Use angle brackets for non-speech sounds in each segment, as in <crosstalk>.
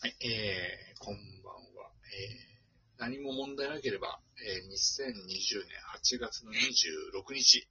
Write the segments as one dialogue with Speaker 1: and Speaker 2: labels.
Speaker 1: はい、えー、こんばんは。えー、何も問題なければ、えー、2020年8月の26日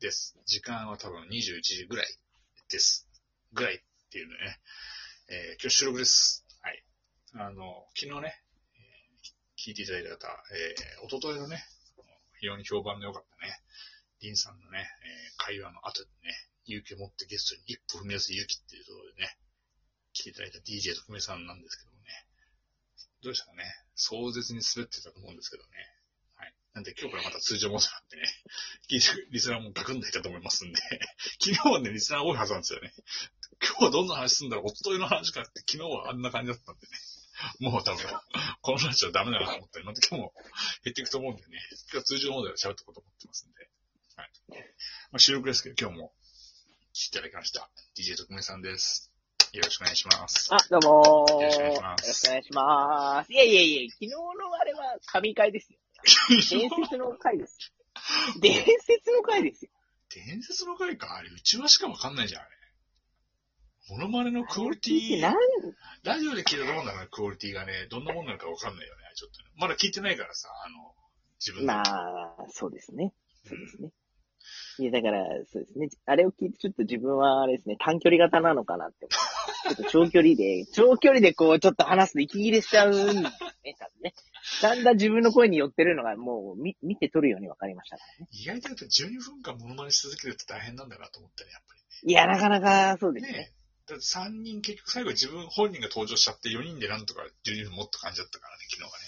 Speaker 1: です。時間は多分21時ぐらいです。ぐらいっていうのね。えー、今日収録です。はい。あの、昨日ね、えーき聞いていただいた方、えー、おとといのね、非常に評判の良かったね、リンさんのね、えー会話の後でね、勇気を持ってゲストに一歩踏み出す勇気っていうところでね、来ていただいた DJ 特命さんなんですけどもね、どうでしたかね、壮絶に滑ってたと思うんですけどね、はい。なんで今日からまた通常モードになってね、 <laughs> 聞いてるリスナーもガクンといたと思いますんで、 <laughs> 昨日はね、リスナー多いはずなんですよね。今日はどんな話するんだろう、おとといの話かって、昨日はあんな感じだったんでね。 <laughs> もう多分、この話はダメだなと思ったり、また今日も減っていくと思うんでね、今日は通常モードで喋ってこうと思ってますんで、はい。まあ、収録ですけど、今日も来ていただきました。DJ 特命さんです。よろしくお願いします。
Speaker 2: あ、どうもー。
Speaker 1: よろ
Speaker 2: よろ
Speaker 1: し
Speaker 2: し
Speaker 1: く
Speaker 2: く
Speaker 1: お
Speaker 2: お
Speaker 1: 願
Speaker 2: 願
Speaker 1: い
Speaker 2: い
Speaker 1: し
Speaker 2: し
Speaker 1: ま
Speaker 2: ますす。いやいやいや、昨日のあれは神回ですよ。伝説の回です。
Speaker 1: <laughs>
Speaker 2: 伝説の回ですよ。
Speaker 1: 伝説の回かあれ、うちわしかわかんないじゃん、あれ。モノマネのクオリテ
Speaker 2: 聞いて
Speaker 1: ィ
Speaker 2: なん、
Speaker 1: ラジオで聞いたどうなのクオリティがね、どんなもんなのかわかんないよね、ちょっとね。まだ聞いてないからさ、あの、自分で。
Speaker 2: まあ、そうですね。そうですね。いや、だから、そうですね。あれを聞いて、ちょっと自分は、あれですね、短距離型なのかなって思う。ちょっと長距
Speaker 1: <laughs>
Speaker 2: 離で、長距離でこう、ちょっと話すと息切れしちゃうんですね、多分ね。だんだん自分の声に寄ってるのが、もう、み、見て取るように分かりましたからね。
Speaker 1: 意外とやっぱ12分間モノマネし続けるって大変なんだなと思ったね、やっぱ
Speaker 2: いや、なかなか、そうで
Speaker 1: り
Speaker 2: す
Speaker 1: ね。
Speaker 2: ね。
Speaker 1: だって3人結局最後自分本人が登場しちゃって4人でなんとか12分もっと感じだったからね、昨日はね。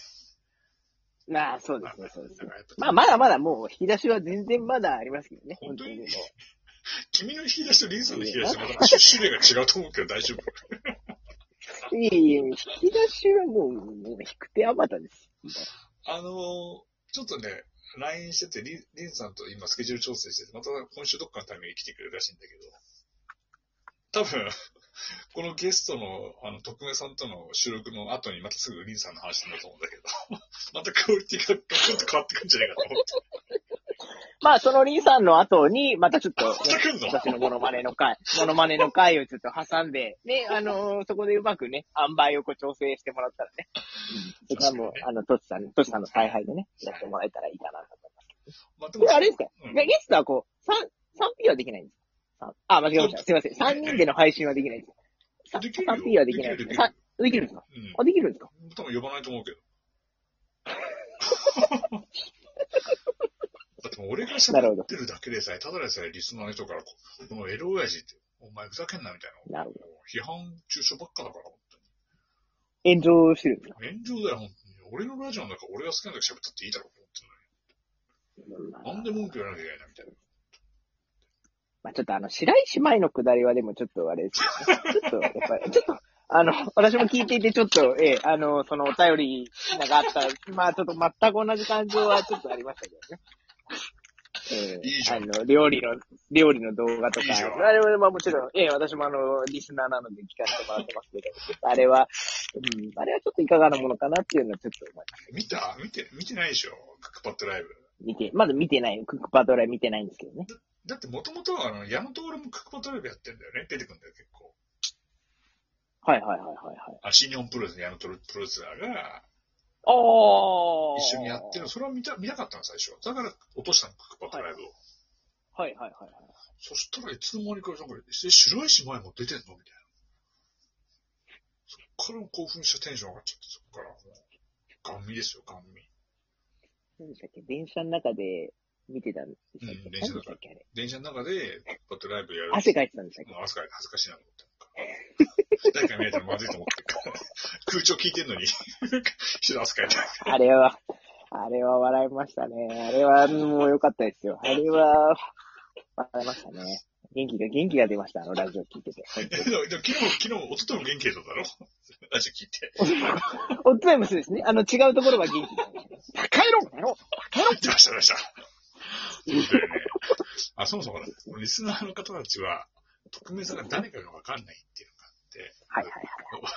Speaker 2: まあ、そうですね、そうです
Speaker 1: だ
Speaker 2: ね
Speaker 1: か。らやっぱ
Speaker 2: まあ、まだまだもう、引き出しは全然まだありますけどね。
Speaker 1: 本当に
Speaker 2: もう
Speaker 1: 君の引き出しとリンさんの引き出しとまた種類が違うと思うけど大丈夫。
Speaker 2: いやいや、引き出しはもう、もう、引く手あまたです。
Speaker 1: あのーちょっとね、LINE してて、リンリンさんと今スケジュール調整してて、また今週どっかのタイミングで来てくれるらしいんだけど、多分、 <laughs> このゲストの、あの、特命さんとの収録の後にまたすぐリンさんの話になると思うんだけど、 <laughs> またクオリティがガクンと変わってくんじゃないかと思って。
Speaker 2: まあ、そのリンさんの後に、またちょっと、ね
Speaker 1: また来んの
Speaker 2: 私のモノマネの回、モノマネの回をちょっと挟んで、ね、あのーそこでうまくね、塩梅をこう調整してもらったらね。そこはもう
Speaker 1: 確かにね、
Speaker 2: あの、トシさん、トシさんの采配でね、やってもらえたらいいかなと思います。
Speaker 1: まあ、で
Speaker 2: こ
Speaker 1: も
Speaker 2: れ、あれですか、
Speaker 1: うん
Speaker 2: ゲゲストはこう、三、三 P はできないんですか三あ、間違えました。すいません。三人での配信はできないんですか
Speaker 1: できるよ
Speaker 2: 三 P はできないん
Speaker 1: で
Speaker 2: で
Speaker 1: きるできる
Speaker 2: すかさできるんですか
Speaker 1: うん。
Speaker 2: あ、できるんですか
Speaker 1: 多分呼ばないと思う
Speaker 2: <laughs>
Speaker 1: けど。だってもう俺が喋ってるだけでさえ、ただでさえリスナーの人からこう、もうエロ親父って、お前ふざけんなみたいな。
Speaker 2: なるほど。
Speaker 1: 批判中傷ばっかだから、本
Speaker 2: 炎上してるんですか
Speaker 1: 当に。炎上だよ、本当に。俺のラジオなんか俺が好きなだけ喋ったっていいだろうと思ってんのに。なんで文句言わなきゃいけないんだみたいな。
Speaker 2: まあちょっとあの、白石舞のくだりはでもちょっとあれですよね。ちょっと、やっぱり、ちょっと、あの、私も聞いていて、ちょっと、ええあの、そのお便りなんかあったら、まあちょっと全く同じ感情はちょっとありましたけどね。ええ
Speaker 1: いいじゃん
Speaker 2: あの、料理の、料理の動画とか、
Speaker 1: いいじゃん
Speaker 2: あれはまあもちろん、ええ私もあの、リスナーなので聞かせてもらってますけど、ちょっとあれは、うん、あれはちょっといかがなものかなっていうのはちょっと思います。
Speaker 1: 見た見て、見てないでしょ。クックパッドライブ。
Speaker 2: 見て、まだ見てない、クックパードライ見てないんですけどね。
Speaker 1: だってもともとはあの、矢野と俺もクックパッドライブやってんだよね。出てくんだよ、結構。
Speaker 2: はいはいはいはいはい。
Speaker 1: あ、新日本プロレスの矢野とプロレスラーが、
Speaker 2: おー
Speaker 1: 一緒にやってるの、それは見た、見なかったの、最初。だから、落としたの、クックパッドライブを。
Speaker 2: はいはいはいはい。
Speaker 1: そしたらいつの間にか、なんか、え白石前も出てんのみたいな。そっからも興奮してテンション上がっちゃって、そっからもう、ガン見ですよ、ガン見。
Speaker 2: 何でしたっけ電車の中で見てたんでした
Speaker 1: う
Speaker 2: っ
Speaker 1: ん
Speaker 2: け、
Speaker 1: 電車
Speaker 2: 何
Speaker 1: の
Speaker 2: でし
Speaker 1: 中
Speaker 2: たっけあれ。
Speaker 1: 電車の中で、バットライブやる。
Speaker 2: 汗かいてたんでしたっけ
Speaker 1: もう汗かいて恥ずかしいなと思って。誰かに見えたらまずいと思って。空調聞いてんのに、 <laughs> 一度汗かいて。 <laughs>
Speaker 2: あれは、あれは笑いましたね。あれはもう良かったですよ。あれは、笑いましたね。元気が、元気が出ました、あのラジオ聞いてて。
Speaker 1: でも、でも昨日、昨日、おととも元気だっただろ <laughs> ラジオ聞いて。
Speaker 2: おっついもそうですね。あの違うところが元気だね。帰ろう帰ろ
Speaker 1: 出ました、出ました。そうだよね。あ、そもそもだ、リスナーの方たちは、匿名さんが誰かがわかんないっていうのがあって、
Speaker 2: はいは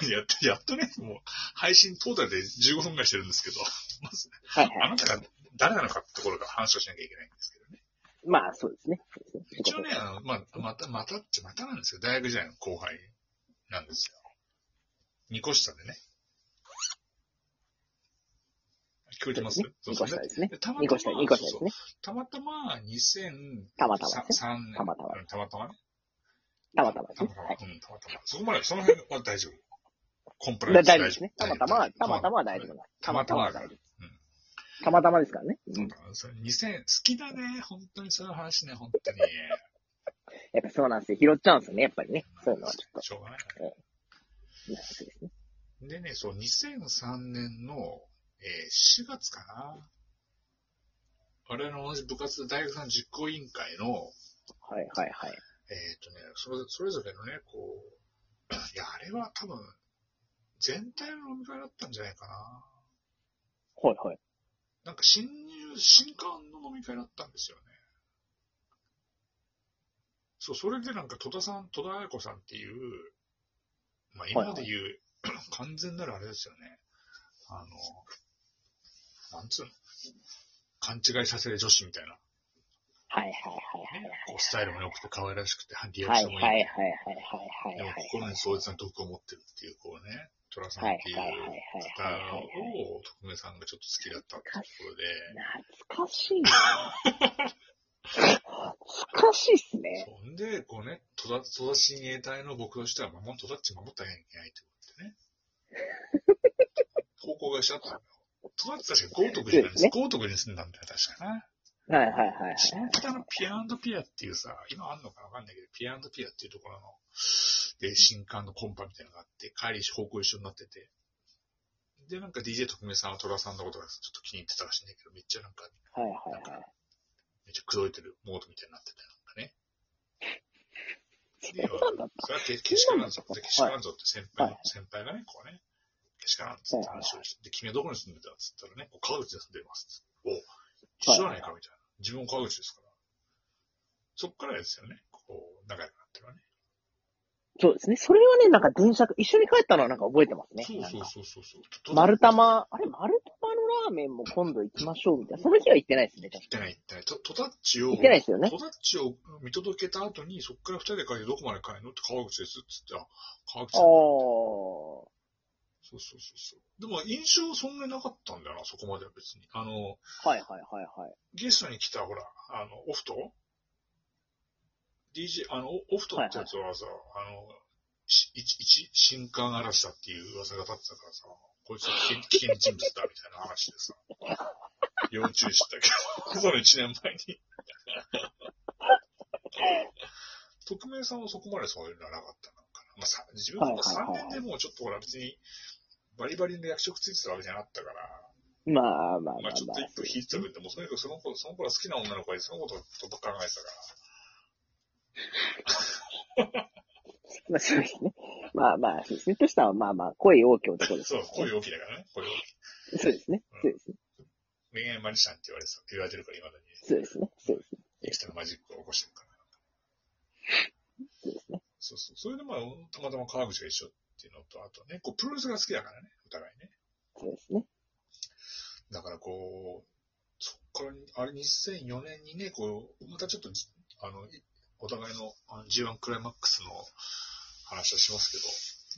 Speaker 2: い
Speaker 1: やっと、やっとね、もう、配信トータルで15分ぐらいしてるんですけど、まず、
Speaker 2: はい。はい
Speaker 1: あ
Speaker 2: はい。
Speaker 1: なたが誰なのかってところから話をしなきゃいけないんですけどね。
Speaker 2: まあそうですね。そうですね
Speaker 1: 一応ね、あの、まあ、また、またっちゃまたなんですよ。大学時代の後輩なんですよ。二個下でね。聞こえてます
Speaker 2: そうですね。2個下ですね。
Speaker 1: たま
Speaker 2: 2個
Speaker 1: た
Speaker 2: 下、
Speaker 1: ま、
Speaker 2: 2個下で
Speaker 1: そう
Speaker 2: す
Speaker 1: そう
Speaker 2: ね。
Speaker 1: たまたま2003
Speaker 2: たまたまですね。
Speaker 1: 年。
Speaker 2: たまたま
Speaker 1: うんたまたまね。
Speaker 2: たまたまです
Speaker 1: た
Speaker 2: ね
Speaker 1: また。ま。
Speaker 2: はい。
Speaker 1: うん、たまたま。そこまで、その辺は大丈夫。コンプライア
Speaker 2: だ
Speaker 1: ンス大
Speaker 2: 大
Speaker 1: 丈夫。
Speaker 2: 丈夫ですね。たまたま、たまたまは大丈夫なんです。
Speaker 1: たまたま
Speaker 2: は大丈夫です。たまたまですからね。う
Speaker 1: そうんだ、それ2000、好きだね。本当にそういう話ね、本当に。
Speaker 2: やっぱそうなんですよ。拾っちゃうんですよね、やっぱりね。そういうのはちょっ
Speaker 1: しょうがないね。
Speaker 2: と。難しいですね。
Speaker 1: でね、そう、2003年の、えー4月かな。我々の同じ部活大学の実行委員会の、
Speaker 2: はいはいはい。
Speaker 1: えっ、とねそれ、それぞれのね、こう、 <clears throat> いや、あれは多分、全体の飲み会だったんじゃないかな。
Speaker 2: はいはい。
Speaker 1: なんか新入、新刊の飲み会だったんですよね。そう、それでなんか戸田さん、戸田彩子さんっていう、まあ今まで言う、 <clears throat> 完全なるあれですよね。あの、なんつうの勘違いさせる女子みたいな、
Speaker 2: はいはい
Speaker 1: ね、こうスタイルも良くて可愛らしくて、リアク
Speaker 2: はいはい。はい
Speaker 1: ションもいい。
Speaker 2: はいはいはいはい
Speaker 1: で
Speaker 2: は
Speaker 1: も
Speaker 2: い。
Speaker 1: 心に壮絶な毒を持ってるっていう、こうね、戸田さんっていう
Speaker 2: はいはいはいはいはい
Speaker 1: 方
Speaker 2: はい
Speaker 1: を、徳明さんがちょっと好きだったってところで、
Speaker 2: 懐かしいな懐かしいっすね。
Speaker 1: そんで、こうね、戸田、戸田親衛隊の僕としては、守っ戸田っち守ってあげなきゃいけないってことでね。 <laughs> 高校が一緒だったんだよ。戸田って確か豪徳寺なんです。
Speaker 2: そうですね
Speaker 1: 豪徳寺に住んだんだよ、確かな。
Speaker 2: はいはいはいはい。
Speaker 1: 新北のピアピアっていうさ、今あんのかわかんないけど、ピアピアっていうところの、で、新刊のコンパみたいなのがあって、帰り方向一緒になってて。で、なんか DJ 特命さんは戸田さんのことがちょっと気に入ってたらしいんだけど、めっちゃなんか、
Speaker 2: はいはいはい。
Speaker 1: めっちゃ口説いてるモードみたいになってて、なんかね。で
Speaker 2: そうなんだ
Speaker 1: それはけけしからんぞ。
Speaker 2: そうな
Speaker 1: け
Speaker 2: んだ
Speaker 1: しからんぞって先輩の、
Speaker 2: はい
Speaker 1: 先輩がね、こうね、けしからんっつって話をして、で君はどこに住んでたっつったらね、こう川口で住んでますっつって。お、一緒じゃないかみたいな。自分も川口ですから。そっからですよね、こう、仲良くなってるわね。
Speaker 2: そうですね。それはね、なんか電車、一緒に帰ったのはなんか覚えてますね。
Speaker 1: そう
Speaker 2: なん
Speaker 1: そう
Speaker 2: か
Speaker 1: そうそうそう。
Speaker 2: 丸
Speaker 1: 玉
Speaker 2: 玉、あれ、丸玉のラーメンも今度行きましょうみたいな。その日は行ってないですね、
Speaker 1: 行っ
Speaker 2: 確
Speaker 1: て
Speaker 2: か
Speaker 1: な
Speaker 2: に。
Speaker 1: い行ってない。とトタッチを、
Speaker 2: 行ってないですよね
Speaker 1: トタッチを見届けた後に、そっから二人で帰ってどこまで帰るのって川口ですっつって、あ、川口
Speaker 2: あ
Speaker 1: なんだ
Speaker 2: ー。
Speaker 1: そうそうそうそう。でも印象そんなになかったんだよな、そこまでは別に。あの、
Speaker 2: はいはいはいはい。
Speaker 1: ゲストに来た、ほら、あの、オフト ?DJ、あの、オオフトってやつはさ、あの、し一、一、新刊嵐だっていう噂が立ってたからさ、こいつは危険危険人物だみたいな話で
Speaker 2: <laughs>
Speaker 1: さ、要注意してたけど、その一年前に。匿名さんはそこまでそういうのはなかったのかな。まあさ、自分も
Speaker 2: はいはい
Speaker 1: 3
Speaker 2: はい
Speaker 1: 年でもうちょっとほら別に、バリバリの役職ついてたわけじゃなかったから、
Speaker 2: まあまあまあ
Speaker 1: まあちょっ
Speaker 2: ま
Speaker 1: と
Speaker 2: あ
Speaker 1: 一。歩引いてくれて、もうとにかくその子、その子が好きな女の子がそのことばっか考えてたから。
Speaker 2: まあそうですね。まあまあ、そうですね。トシさんはまあまあ、声大きい男です、
Speaker 1: そ
Speaker 2: ね。
Speaker 1: う、恋大きいだからね。恋大きい。
Speaker 2: そうですね。そうですね。
Speaker 1: 恋愛マジシャンって言われてた言われてるから、今だに。
Speaker 2: そうですね。そうですね。
Speaker 1: エクスタのマジックを起こしてるから。
Speaker 2: そうですね。
Speaker 1: そうそう。それでまあ、たまたま川口が一緒っていうのと、あとね、こう、プロレスが好きだからね、お互いね。
Speaker 2: そうですね。
Speaker 1: だからこう、そっから、あれ2004年にね、こう、またちょっとじ、あの、いお互いのあの G1 クライマックスの話をします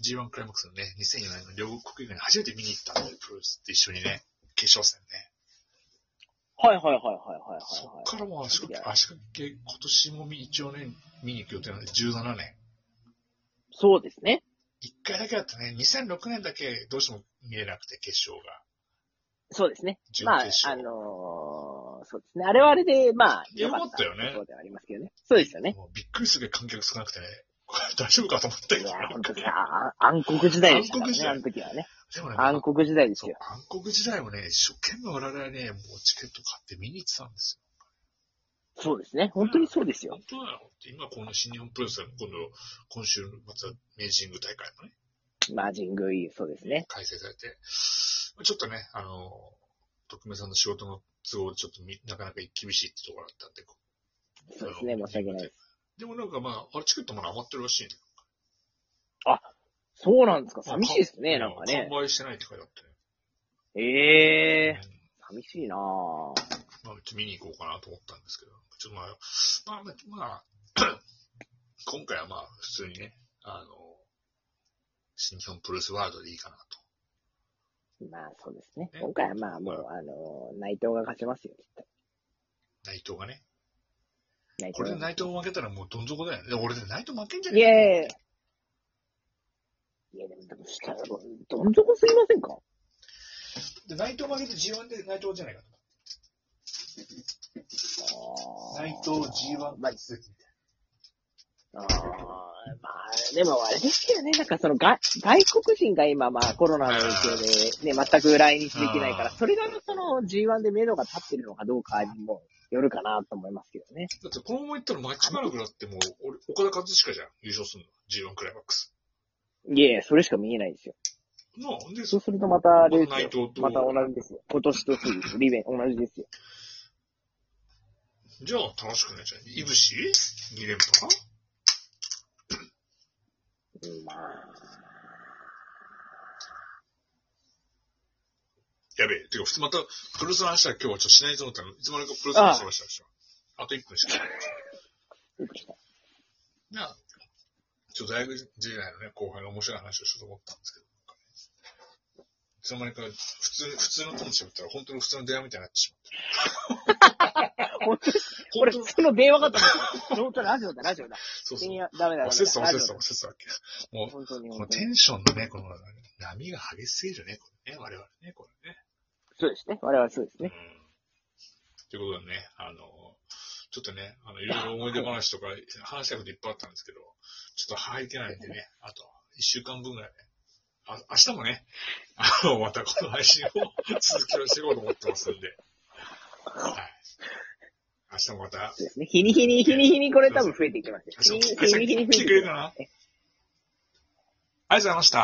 Speaker 1: けど、G1 クライマックスのね、2004年の両国以外に初めて見に行ったんで、プロレスって一緒にね、決勝戦ね。
Speaker 2: はいはいはいはいはい
Speaker 1: そ
Speaker 2: は
Speaker 1: っ
Speaker 2: い。
Speaker 1: からもう足掛け、足掛け、今年もみ一応ね、見に行く予定なんで、17年。
Speaker 2: そうですね。
Speaker 1: 一回だけだったね、2006年だけどうしても見れなくて、決勝が。
Speaker 2: そうですね。
Speaker 1: 準
Speaker 2: まあ、
Speaker 1: 決
Speaker 2: あ
Speaker 1: 勝。
Speaker 2: のー、そうですね。あれはあれで、まあ、
Speaker 1: よかったよね
Speaker 2: 良かところではありますけどね。そうですよね。
Speaker 1: もうびっくりするぐらい観客少なくてね、 <laughs> これ大丈夫かと思ったけ
Speaker 2: い
Speaker 1: ど。
Speaker 2: や、本当に、あ暗黒時代でしたから
Speaker 1: 暗黒時
Speaker 2: ね、
Speaker 1: 代
Speaker 2: あの時はね。
Speaker 1: でもね、
Speaker 2: 暗黒時代です
Speaker 1: そう
Speaker 2: よ。、
Speaker 1: 暗黒時代もね、一生懸命我々はね、もうチケット買って見に行ってたんです
Speaker 2: そうですね。本当にそうです
Speaker 1: よ。
Speaker 2: よ。
Speaker 1: 本当だよ。今、この新日本プロレスでも今度、今週末は明治神宮大会もね、
Speaker 2: マジングイー、そうですね。
Speaker 1: 開催されて、ちょっとね、あの、徳明さんの仕事の都合でちょっとみなかなか厳しいってところだったんで、こ
Speaker 2: そうですね。申し訳ないです。
Speaker 1: うでもなんかまあ、あれチケットまだ余ってるらしいね。
Speaker 2: そうなんですか。
Speaker 1: まあ
Speaker 2: 寂しいですね、なんかね。
Speaker 1: 完売してないって書いてあってね。
Speaker 2: ええ
Speaker 1: うん
Speaker 2: ー、寂しいなぁ。
Speaker 1: まあ、見に行こうかなと思ったんですけど、ちょっとまあ、 <coughs> まあ、まあ、今回はまあ、普通にね、あの、新日本プロレスワールドでいいかなと。
Speaker 2: まあ、そうですね。
Speaker 1: ね
Speaker 2: 今回はまあ、もう、あのー内藤が勝ちますよ、きっと。
Speaker 1: 内藤がね。
Speaker 2: 内
Speaker 1: これで
Speaker 2: が
Speaker 1: 内藤負けたらもうどん底だよね。で俺で内藤負けんじゃ
Speaker 2: い
Speaker 1: ね
Speaker 2: やいやい
Speaker 1: え
Speaker 2: や。いや、でも、でも、したら、どん底すぎませんか
Speaker 1: で、内藤負けて G1 で内藤じゃないかと。内藤 G1
Speaker 2: まあ
Speaker 1: 敗続きみたい
Speaker 2: あーまあ、でもあれですよね、なんかそのが外国人が今、まあコロナの影響で、ね、全く来日できないから、
Speaker 1: うん
Speaker 2: それがその G1 で目処が立ってるのかどうかにもよるかなと思いますけどね。
Speaker 1: な。だってこのままいったらマッチマラクだってもう、俺、岡田和親じゃん。優勝するの。G1 クライマックス。
Speaker 2: いやいや、それしか見えないですよ。
Speaker 1: なんで、
Speaker 2: そ
Speaker 1: そう
Speaker 2: するとまたあれです
Speaker 1: 内藤
Speaker 2: よ。
Speaker 1: と
Speaker 2: また同じですよ。今年と次です。リベン、同じですよ。
Speaker 1: じゃあ楽しくないじゃん。いぶし ?2 連覇
Speaker 2: うんまあ、
Speaker 1: やべえ。てか、普通また、プロレスの話は今日はちょっとしないと思ったら、いつまでかプロレスの話をしました。あと1分しかない。
Speaker 2: どうでした
Speaker 1: なあ、ちょっと大学時代のね、後輩の面白い話をしようと思ったんですけど、なんかねいつの間にか普通、普通の友達だったら本当に普通の電話みたいになってしまった。
Speaker 2: 本当にこ
Speaker 1: 本
Speaker 2: れ、
Speaker 1: 当の
Speaker 2: 普通の電話かと思った。本当ラジオだ、ラジオだ。
Speaker 1: そう
Speaker 2: い
Speaker 1: そう。
Speaker 2: や、ダメだ、ダメだ。
Speaker 1: 忘れてた忘
Speaker 2: ラ
Speaker 1: れ
Speaker 2: ジ
Speaker 1: てた
Speaker 2: オだ
Speaker 1: 忘れてたわけ。も
Speaker 2: 本当に、
Speaker 1: う、こ
Speaker 2: 本
Speaker 1: の
Speaker 2: 当
Speaker 1: テ
Speaker 2: に。
Speaker 1: ンションのね、この波が激しすぎるね、これね、我々ね、これね。
Speaker 2: そうですね。我々はそうです
Speaker 1: うん
Speaker 2: ね。。
Speaker 1: ということでね、あの、ちょっとね、あの、いろいろ思い出話とか、話したいこといっぱいあったんですけど、ちょっと吐いてないんでね、あと、一週間分ぐらいね、あ、明日もね、あの、またこの配信を続きをしていこうと思ってますんで、はい。明日もまた、
Speaker 2: そうですね。日に日に、日に日にこれ多分増えていきます
Speaker 1: 明
Speaker 2: よ。日
Speaker 1: 日
Speaker 2: に
Speaker 1: も、明
Speaker 2: 日に
Speaker 1: 日
Speaker 2: 日に増
Speaker 1: 来
Speaker 2: えてい
Speaker 1: て
Speaker 2: き
Speaker 1: くれる
Speaker 2: ます。
Speaker 1: かなありがとうございました。